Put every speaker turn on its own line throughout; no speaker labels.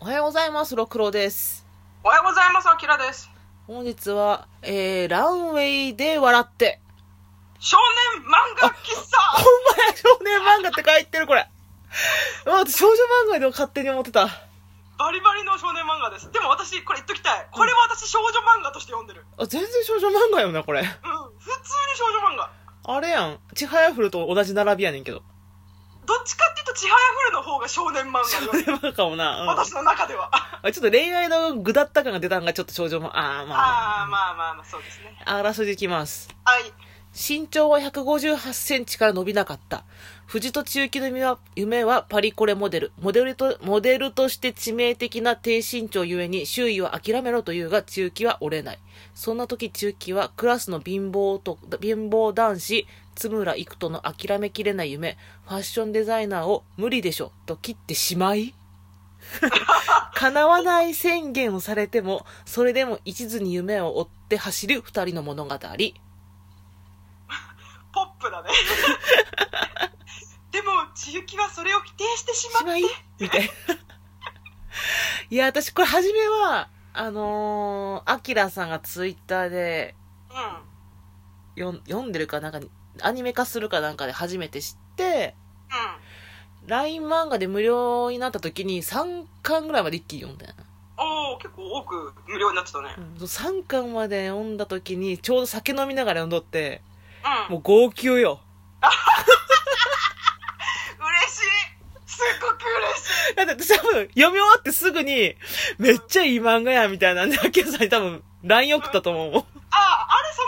おはようございます、ろくろです。
おはようございます、あきらです。
本日は、えー、ランウェイで笑って。
少年漫画喫
ほん
茶
まや、少年漫画って書いてる、これ。うわ私少女漫画でも勝手に思ってた。
バリバリの少年漫画です。でも私、これ言っときたい。これは私、少女漫画として読んでる。
あ、全然少女漫画よな、これ。
うん、普通に少女漫画。
あれやん。ちはやふると同じ並びやねんけど。
どっちかっていうと、ちはやふるの方が少年漫
少
画よ。
年漫画かもな。うん
私の中では。あ
あ、ちょっと恋愛のぐだった感が出たんがちょっと少女漫画。あー、まあ。
あー、まあまあまあ、そうですね。
あらすじいきます。
はい。
身長は158センチから伸びなかった。藤戸千雪の夢は夢はパリコレモデル。モデルと、モデルとして致命的な低身長ゆえに周囲は諦めろというが千雪は折れない。そんな時千雪はクラスの貧乏と、貧乏男子、津村幾人の諦めきれない夢、ファッションデザイナーを無理でしょと切ってしまい 叶わない宣言をされても、それでも一途に夢を追って走る二人の物語。
ポップ だね。でも、ちゆきはそれを否定してしま
し
って。
まいみたいな。いや、私これ初めは、あのー、アキラさんがツイッターで
うん。
よん読んでるかなんかに、アニメ化するかなんかで初めて知って、
うん。
LINE 漫画で無料になった時に3巻ぐらいまで一気に読んだよな。
おー、結構多く無料になってたね。
うん、3巻まで読んだ時にちょうど酒飲みながら読んどって、
うん。
もう号泣よ。
嬉しい。すっごく嬉しい。
だって私多分読み終わってすぐに、めっちゃいい漫画や、みたいなんで、アキラさんに多分 LINE 送ったと思うもん。
ああ、あれそ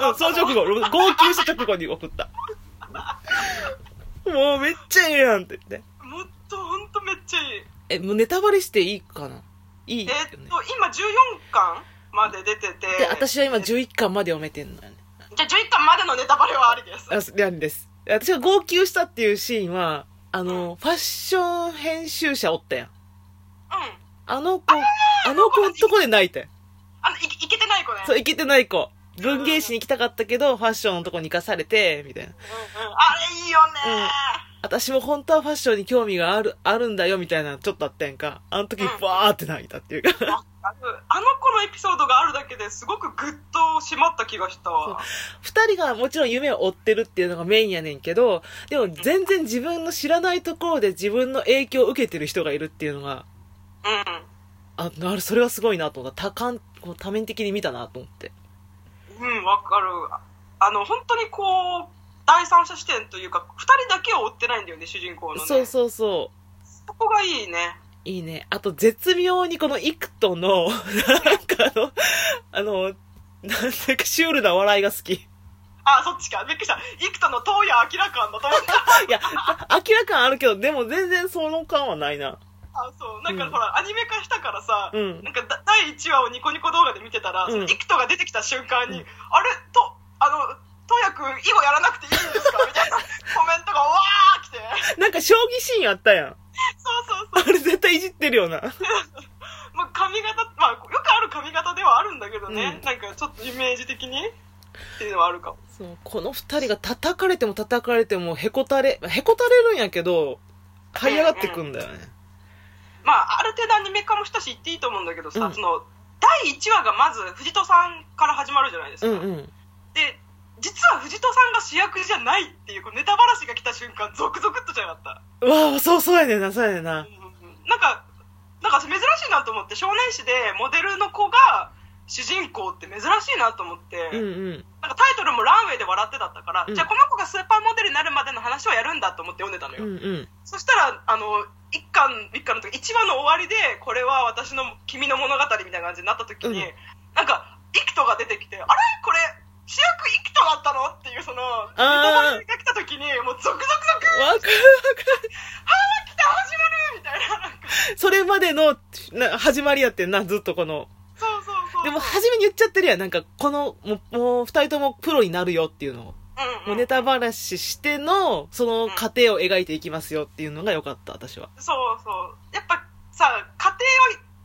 の直後だ
う
っ
ん
た
その
の
直後、号泣した直後に送 った。もうめっちゃええやんって言って。
もっとほんとめっちゃいい
え、もうネタバレしていいかないい
え
よね。
ーっと今14巻まで出てて
で、私は今
じゃ
11巻まで読めてんのよね。
あ11巻までのネタバレはありです
あ、そやんです。私が号泣したっていうシーンは、あの、ファッション編集者おったやん。
うん
あの子、あの子のとこで泣いてん。
あのいいけてない子ね、
そうう、行けてない子。文芸誌に行きたかったけど、ファッションのとこに行かされて、みたいな。
んうん、あれいいよね
私も本当はファッションに興味がある、あるんだよみたいなのちょっとあったやんか。あの時
うん
バーって泣いたっていうか。
わかるあの子のエピソードがあるだけですごくグッと締まった気がしたわ
二人がもちろん夢を追ってるっていうのがメインやねんけど、でも全然自分の知らないところで自分の影響を受けてる人がいるっていうのが、
うん
あ、なる、それはすごいなと思った。多感、こう多面的に見たなと思って。
うんわかるあの本当にこう第三者視点というか2人だけを追ってないんだよね主人公のね
そうそうそ
そこがいいね
う。いいね。あと絶妙にこのイクトの、 なんかあの、あの、なんていうかシュールな笑いが好き。
あそっちかびっくりした幾多の東野明感だと思った
いや、明らかあるけど、でも全然その感はないな。
あそうなん
う
か
ん
ほら、アニメ化したからさ、
うん
なんかだ第1話をニコニコ動画で見てたら、
うん
そのイクトが出てきた瞬間に、
うん
あれとあのとやく囲碁やらなくていいんですかみたいな コメントがわー来て
なんか将棋シーンあったやん。
そうそうそう
あれ絶対いじってるよな。
もう髪型まあよくある髪型ではあるんだけどね、
うん
なんかちょっとイメージ的にっていうのはあるかも
そう、この二人が叩かれても叩かれてもへこたれ、へこたれるんやけど、這い上がってくんだよね。
まあある程度アニメ化もしたし言っていいと思うんだけどさ、
うん
その第1話がまず藤戸さんから始まるじゃないです
う
か、
んうん。
で実は藤戸さんが主役じゃないっていうこうネタばらしが来た瞬間ゾクゾクっとじゃなかった、
うわあ、そうそうやねんな、そうやねんな。
なんかなんか珍しいなと思って少年誌でモデルの子が主人公って珍しいなと思って、
うんうん。
なんかタイトルも「ランウェイで笑って」だったから、
うん
じゃあこの子がスーパーモデルになるまでの話をやるんだと思って読んでたの
う
よ、
んうん。
そしたらあの一巻一巻の時一話の終わりでこれは私の君の物語みたいな感じになった時に、
うん
なんか幾トが出てきてあれこれ主役幾トだったのっていうその
あー
ネタバレが来た時にもうゾクゾクゾク
わかるわか
来た始まるみたいななんか
る。それまでの、な、始まりやってんな、ずっとこの。
そうそうそう
でも、初めに言っちゃってるやん。なんか、この、もう、もう二人ともプロになるよっていうのを。
うん
も
う
うんネタばらししての、その過程を描いていきますよっていうのが良かった、私は。
そうそうやっぱさ家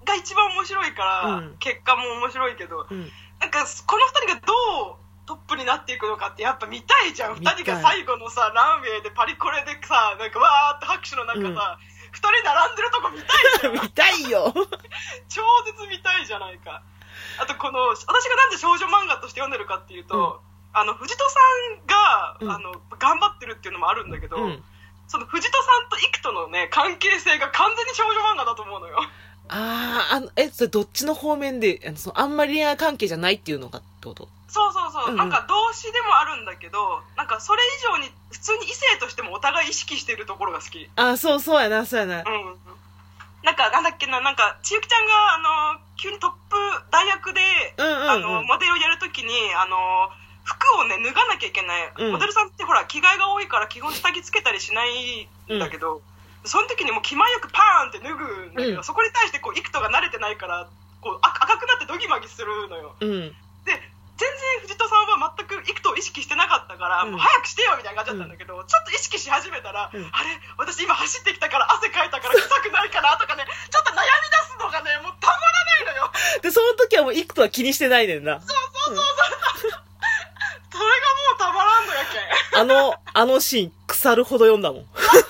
庭が一番面白いから、
うん
結果も面白いけど
うん。
なんかこの二人がどうトップになっていくのかってやっぱ見たいじゃん
見
二
たい
人が最後のさランウェイでパリコレでさなんかわーって拍手の中さ、
うん
二人並んでるとこ見たいじゃん
見たいよ よ。
超絶見たいじゃないかあとこの私がなんで少女漫画として読んでるかっていうと、あの藤戸さんが、
うん
あの頑張ってるっていうのもあるんだけど、
うん。
その藤戸さんとイクとのね関係性が完全に少女漫画だと思うのよ
あー、あの、え、それどっちの方面で、あのそのあんまり恋愛関係じゃないっていうのかってこと
そうそうそう、
うんうん
なんか動詞でもあるんだけどなんかそれ以上に普通に異性としてもお互い意識してるところが好き
あー、そうそうやな、そうやな
う。んなんかなんだっけななんか千雪ちゃんがあの急にトップ大学で、
うんうんうん
あのモデルをやるときにあの服をね脱がなきゃいけない、
うん
モデルさんってほら着替えが多いから基本下着つけたりしないんだけど、その時にもう気前よくパーンって脱ぐんだけど、
うん
そこに対してこうイクトが慣れてないからこうあ赤くなってドギマギするのよ
うん。
で全然藤戸さんは全くイクトを意識してなかったから、
うん
もう早くしてよみたいな感じだったんだけど、ちょっと意識し始めたら、
うん
あれ私今走ってきたから汗かいたから臭くないかなとかねちょっと悩み出すのがねもうたまらないのよ
で、その時はもう、いくとは気にしてないねんな。
それがもうたまらんのやけん
あの、 あのシーン、腐るほど読んだもん。わかる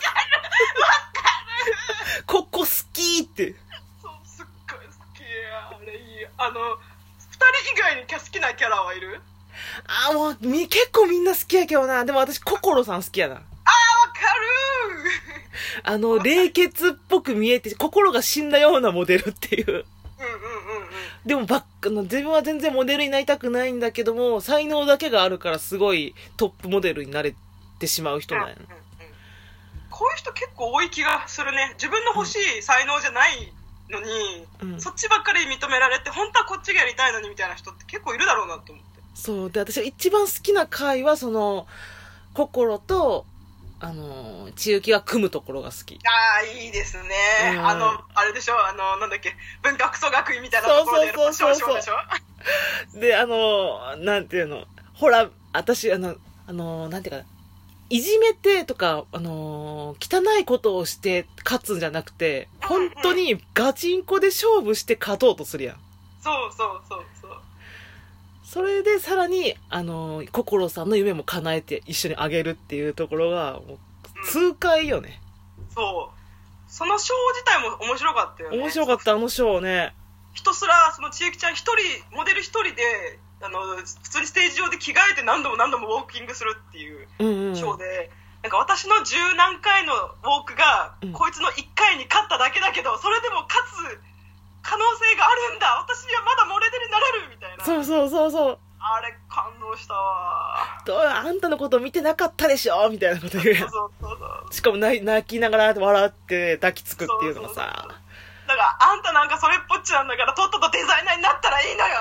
ここ好きって。
そうすっごい好きあれいいあの2人以外に好きなキャラはいる
あー、もう、み、結構みんな好きやけどな。でも私、心さん好きやな。
あわかる
あの、冷血っぽく見えて、心が死んだようなモデルっていう。
うんうんうんうん
でもばっかの、自分は全然モデルになりたくないんだけども、才能だけがあるからすごいトップモデルになれてしまう人なんやな。
うんうんうんこういう人結構多い気がするね自分の欲しい才能じゃないのに、
うん
そっちばっかり認められて本当はこっちがやりたいのにみたいな人って結構いるだろうなと思って
そう。で、私が一番好きな回は、その、心と、あの、千雪が組むところが好き。
ああいいですね、
うん
あのあれでしょあのなんだっけ文化クソ学院みたいなところでやる
そうそうそうそ
少
う
々でしょ
で、あの、なんていうの、ほら、私、あの、あの、なんていうかな、いじめてとか、あの、汚いことをして勝つんじゃなくて、本当にガチンコで勝負して勝とうとするやん。
そうそうそうそう
それでさらに、あの、心さんの夢も叶えて一緒にあげるっていうところが、もう、痛快よね。
そうそのショー自体も面白かったよね
面白かった、あのショーね。
ひたすらその千雪ちゃん一人モデル一人であの普通にステージ上で着替えて何度も何度もウォーキングするっていう
うんうん。
ショーで、なんか私の十何回のウォークが、
うん
こいつの1回に勝っただけだけどそれでも勝つ可能性があるんだ私にはまだモデルになれるみたいな
そうそうそうそう。
あれ感動したわ
どうあんたのこと見てなかったでしょみたいなこと言うや
そ
ん
う。そうそうそう
しかも泣い泣きながら笑って抱きつくっていうのが
そう
さ。
だからあんたなんかそれっぽっちなんだからとっととデザイナーになったらいいのよ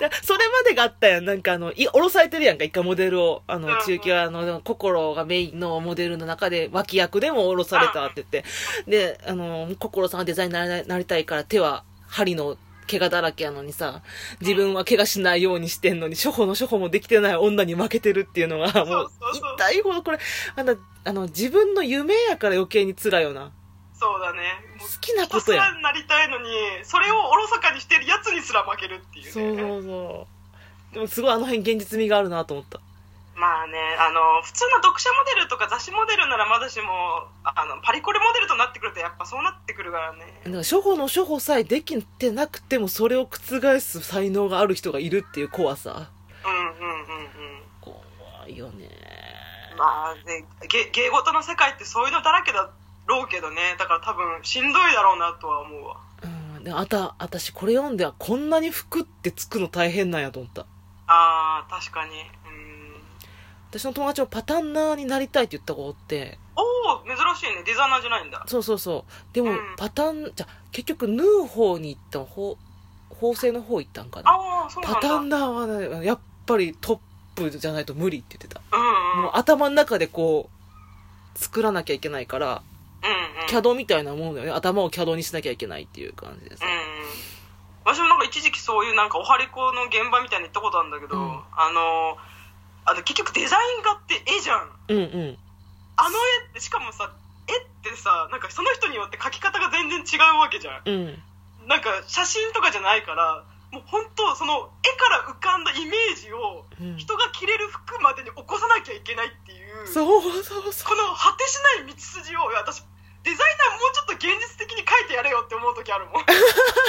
でそれまでがあったやん。なんかあの、い、降ろされてるやんか、一回モデルを。あの
うんうん、
中雪はあの、心がメインのモデルの中で脇役でも降ろされたって言って。で、あの、心さんはデザインになりなりたいから手は針の怪我だらけやのにさ、自分は怪我しないようにしてんのに、処方の処方もできてない女に負けてるっていうのが、もう
そうそうそう、
痛いほどこれ、あの、あの、自分の夢やから余計に辛いよな。
そうだねも
好
う
きな
ひた
こ
す
とやん
ら。になりたいのにそれをおろそかにしてるやつにすら負けるっていうね
そうそうそう。でもすごいあの辺現実味があるなと思った。
まあねあの普通の読者モデルとか雑誌モデルならまだしもあのパリコレモデルとなってくるとやっぱそうなってくるからね
だから処方の処方さえできてなくてもそれを覆す才能がある人がいるっていう怖さ。
うんうんうんうん
怖いよね。
まあねげ芸事の世界ってそういうのだらけだろうけどねだから多分しんどいだろうなとは思うわ
うん。で、あた、私これ読んではこんなに服ってつくの大変なんやと思った。
あー確かにうん
私の友達もパタンナーになりたいって言った子おって、
おお珍しいねデザイナーじゃないんだ
そうそうそう。でも
うん、
パタン、じゃ、結局縫う方に行ったの、縫縫製の方行ったんかな。
ああそうなん
パ
だ
タンナーはね、やっぱりトップじゃないと無理って言ってた。
うんうんうん
もう頭の中でこう作らなきゃいけないから
うん
キャドみたいなもんだよね頭をキャドにしなきゃいけないっていう感じです、
うん、私もなんか一時期そういうなんかおはりこの現場みたいに行ったことあるんだけど、
うん
あのあの結局デザイン画って絵じゃん
うん、うん
あの絵ってしかもさ絵ってさなんかその人によって描き方が全然違うわけじゃん
うん
なんか写真とかじゃないからもう本当その絵から浮かんだイメージを
うん
人が着れる服までに起こさなきゃいけないっていう、
そうそうそ
この果てしない道筋をいや私デザイナーもうちょっと現実的よって思う時あるもんこん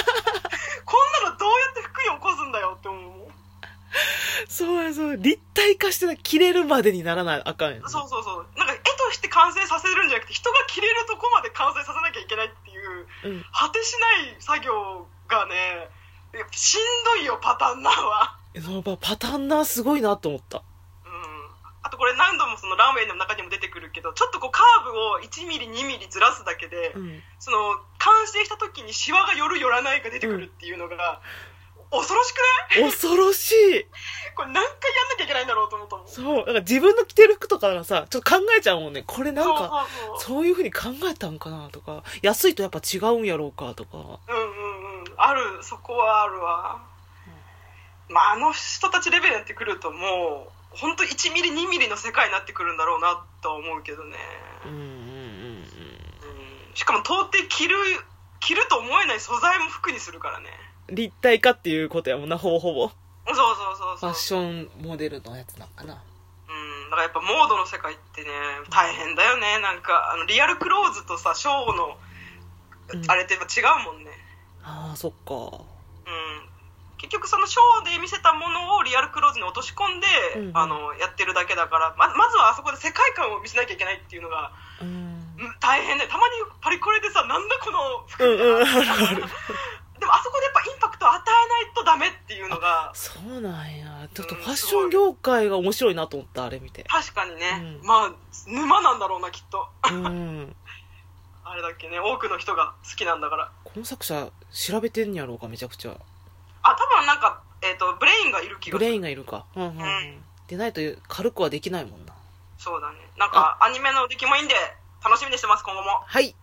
なのどうやって福井起こすんだよって思うもん
そうやそうや立体化してな切れるまでにならないあかんやん
そうそうそうなんか絵として完成させるんじゃなくて人が切れるとこまで完成させなきゃいけないっていう
うん
果てしない作業がねやっぱしんどいよパターンなは
そのパパターンなすごいなと思った
うんあとこれ何度もそのランウェイの中にも出てくるけどちょっとこうカーブを1ミリ2ミリずらすだけで、
うん
その完成した時にシワが寄る寄らないが出てくるっていうのが、恐ろしくない
恐ろしい
これ何回やんなきゃいけないんだろうと思ったもん
そうなんか自分の着てる服とかならさちょっと考えちゃうもんねこれなんか
そうそうそう
そういう風に考えたんかなとか安いとやっぱ違うんやろうかとか
うんうんうんあるそこはあるわ、まあ、あの人たちレベルになってくるともう本当1ミリ2ミリの世界になってくるんだろうなとは思うけどね、
うんうんうん
うん、しかも到底着る着ると思えない素材も服にするからね
うん立体化っていうことやもんなほぼほぼ
そうそうそう
フ
そ
ァ
う
ッションモデルのやつなんかな
うんだからやっぱモードの世界ってね大変だよねなんかあのリアルクローズとさショーの
うん
あれってやっぱ違うもんね、
ああそっか
うん、結局そのショーで見せたものをリアルクローズに落とし込んで、
うんうん
あのやってるだけだからままずはあそこで世界観を見せなきゃいけないっていうのが、
うん
うん大変でたまにパリコレでさなんだこの服
う
み
ん
たい
うんあ
な
るある
でもあそこでやっぱインパクトを与えないとダメっていうのが
そうなんやちょっと
うん
ファッション業界が面白いなと思ったあれ見て
確かにね、
うん
まあ沼なんだろうなきっと
うん
あれだっけね多くの人が好きなんだから
この作者調べてんやろうかめちゃくちゃ
あ多分なんか、えー、とブレインがいる気
ブ
がする
レインがいるかうんうんうん
うん
でないと軽くはできないもんな
そうだねなんかアニメの出来もいいんで楽しみにしてます今後も
はい